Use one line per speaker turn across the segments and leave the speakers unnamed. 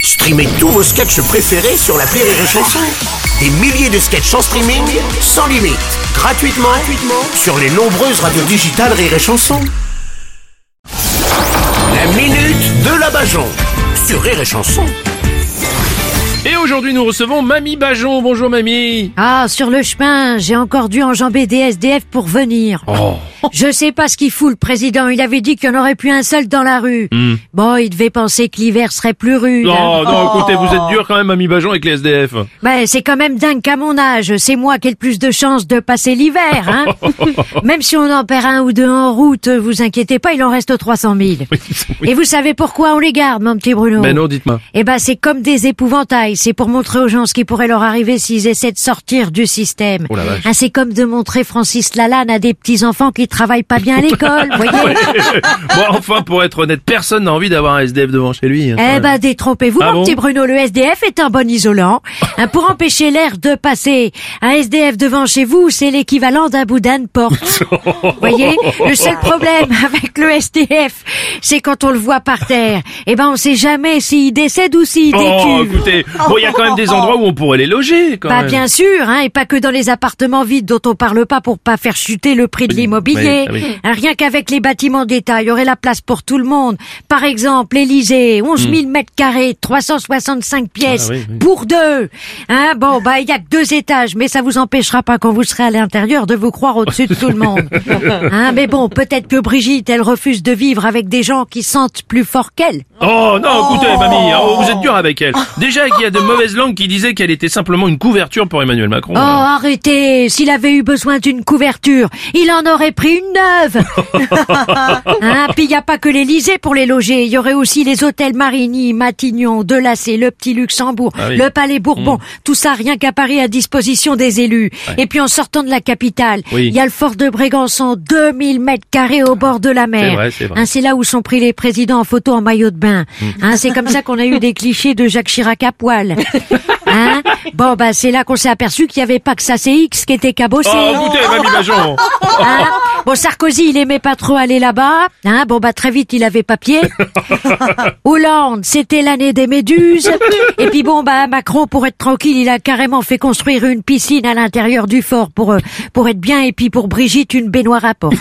Streamez tous vos sketchs préférés sur la Rire et Chanson. Des milliers de sketchs en streaming, sans limite, gratuitement, gratuitement sur les nombreuses radios digitales Rire et Chanson. La minute de la Bajon sur Rire et Chanson.
Et aujourd'hui, nous recevons Mamie Bajon. Bonjour, Mamie.
Ah, sur le chemin, j'ai encore dû enjamber des SDF pour venir.
Oh.
Je sais pas ce qu'il fout, le président. Il avait dit qu'il n'y en aurait plus un seul dans la rue. Bon, il devait penser que l'hiver serait plus rude. hein.
Non,
Oh.
non, écoutez, vous êtes dur quand même, Mamie Bajon, avec les SDF.
Ben, c'est quand même dingue qu'à mon âge, c'est moi qui ai le plus de chances de passer l'hiver, hein. même si on en perd un ou deux en route, vous inquiétez pas, il en reste 300 000. Et vous savez pourquoi on les garde, mon petit Bruno
Ben non, dites-moi.
Eh ben, c'est comme des épouvantails. C'est pour montrer aux gens ce qui pourrait leur arriver s'ils essaient de sortir du système.
Oh la vache.
Hein, c'est comme de montrer Francis Lalanne à des petits enfants qui travaillent pas bien à l'école, vous voyez.
Bon, enfin, pour être honnête, personne n'a envie d'avoir un SDF devant chez lui. hein.
Eh ben, détrompez-vous,
Ah
mon
bon
petit Bruno. Le SDF est un bon isolant. Hein, pour empêcher l'air de passer, un SDF devant chez vous, c'est l'équivalent d'un boudin de porte.
Oh.
Vous voyez Le seul problème avec le SDF, c'est quand on le voit par terre. Eh ben, on sait jamais s'il décède ou s'il
Oh,
décuve.
écoutez, bon, il y a quand même des endroits où on pourrait les loger, quand
Oh. Bah
même.
bien sûr, hein, et pas que dans les appartements vides dont on parle pas pour pas faire chuter le prix de l'immobilier.
oui, oui.
Hein, rien qu'avec les bâtiments d'État, il y aurait la place pour tout le monde. Par exemple, l'Élysée, 11 000 mètres carrés, 365 pièces
Hmm. Ah, oui, oui.
pour deux. Hein, bon, bah il y a que deux étages, mais ça vous empêchera pas quand vous serez à l'intérieur de vous croire au-dessus de tout le monde. Hein, mais bon, peut-être que Brigitte, elle refuse de vivre avec des gens qui sentent plus fort qu'elle.
Oh, non, écoutez, Mamie, oh, vous êtes dur avec elle. Déjà qu'il y a de mauvaises langues qui disaient qu'elle était simplement une couverture pour Emmanuel Macron. hein.
Oh, arrêtez S'il avait eu besoin d'une couverture, il en aurait pris une neuve hein, Puis il n'y a pas que l'Elysée pour les loger. Il y aurait aussi les hôtels Marigny, Matignon, Delacé, le Petit Luxembourg,
Ah oui. Hmm.
le Palais Bourbon. Tout ça rien qu'à Paris à disposition des élus. Et puis en sortant de la capitale, il
Oui.
y a le fort de Brégançon, 2000 mètres carrés au bord de la mer.
vrai, c'est vrai.
Hein, c'est là où sont pris les présidents en photo en maillot de bain. Hein, c'est comme ça qu'on a eu des clichés de Jacques Chirac à poil. Hein bon, bah, c'est là qu'on s'est aperçu qu'il n'y avait pas que ça, c'est X qui était cabossé.
Oh, écoutez, Mamie Bajon.
Hein bon, Sarkozy, il aimait pas trop aller là-bas. Hein bon, bah, très vite, il avait papier. Hollande, c'était l'année des méduses. Et puis bon, bah, Macron, pour être tranquille, il a carrément fait construire une piscine à l'intérieur du fort pour, euh, pour être bien. Et puis pour Brigitte, une baignoire à porte.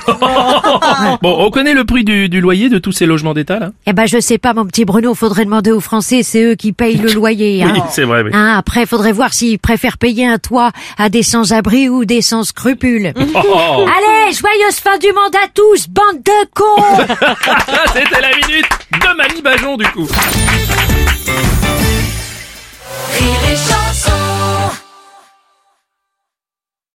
Bon, on connaît le prix du, du loyer de tous ces logements d'État, là
Eh ben, je sais pas, mon petit Bruno, faudrait demander aux Français, c'est eux qui payent le loyer. Hein.
Oui, c'est vrai, oui.
Hein, après, faudrait voir s'ils préfèrent payer un toit à des sans-abri ou des sans-scrupules.
Oh,
Allez, joyeuse fin du mandat à tous, bande de cons
c'était la minute de Mamie Bajon, du coup.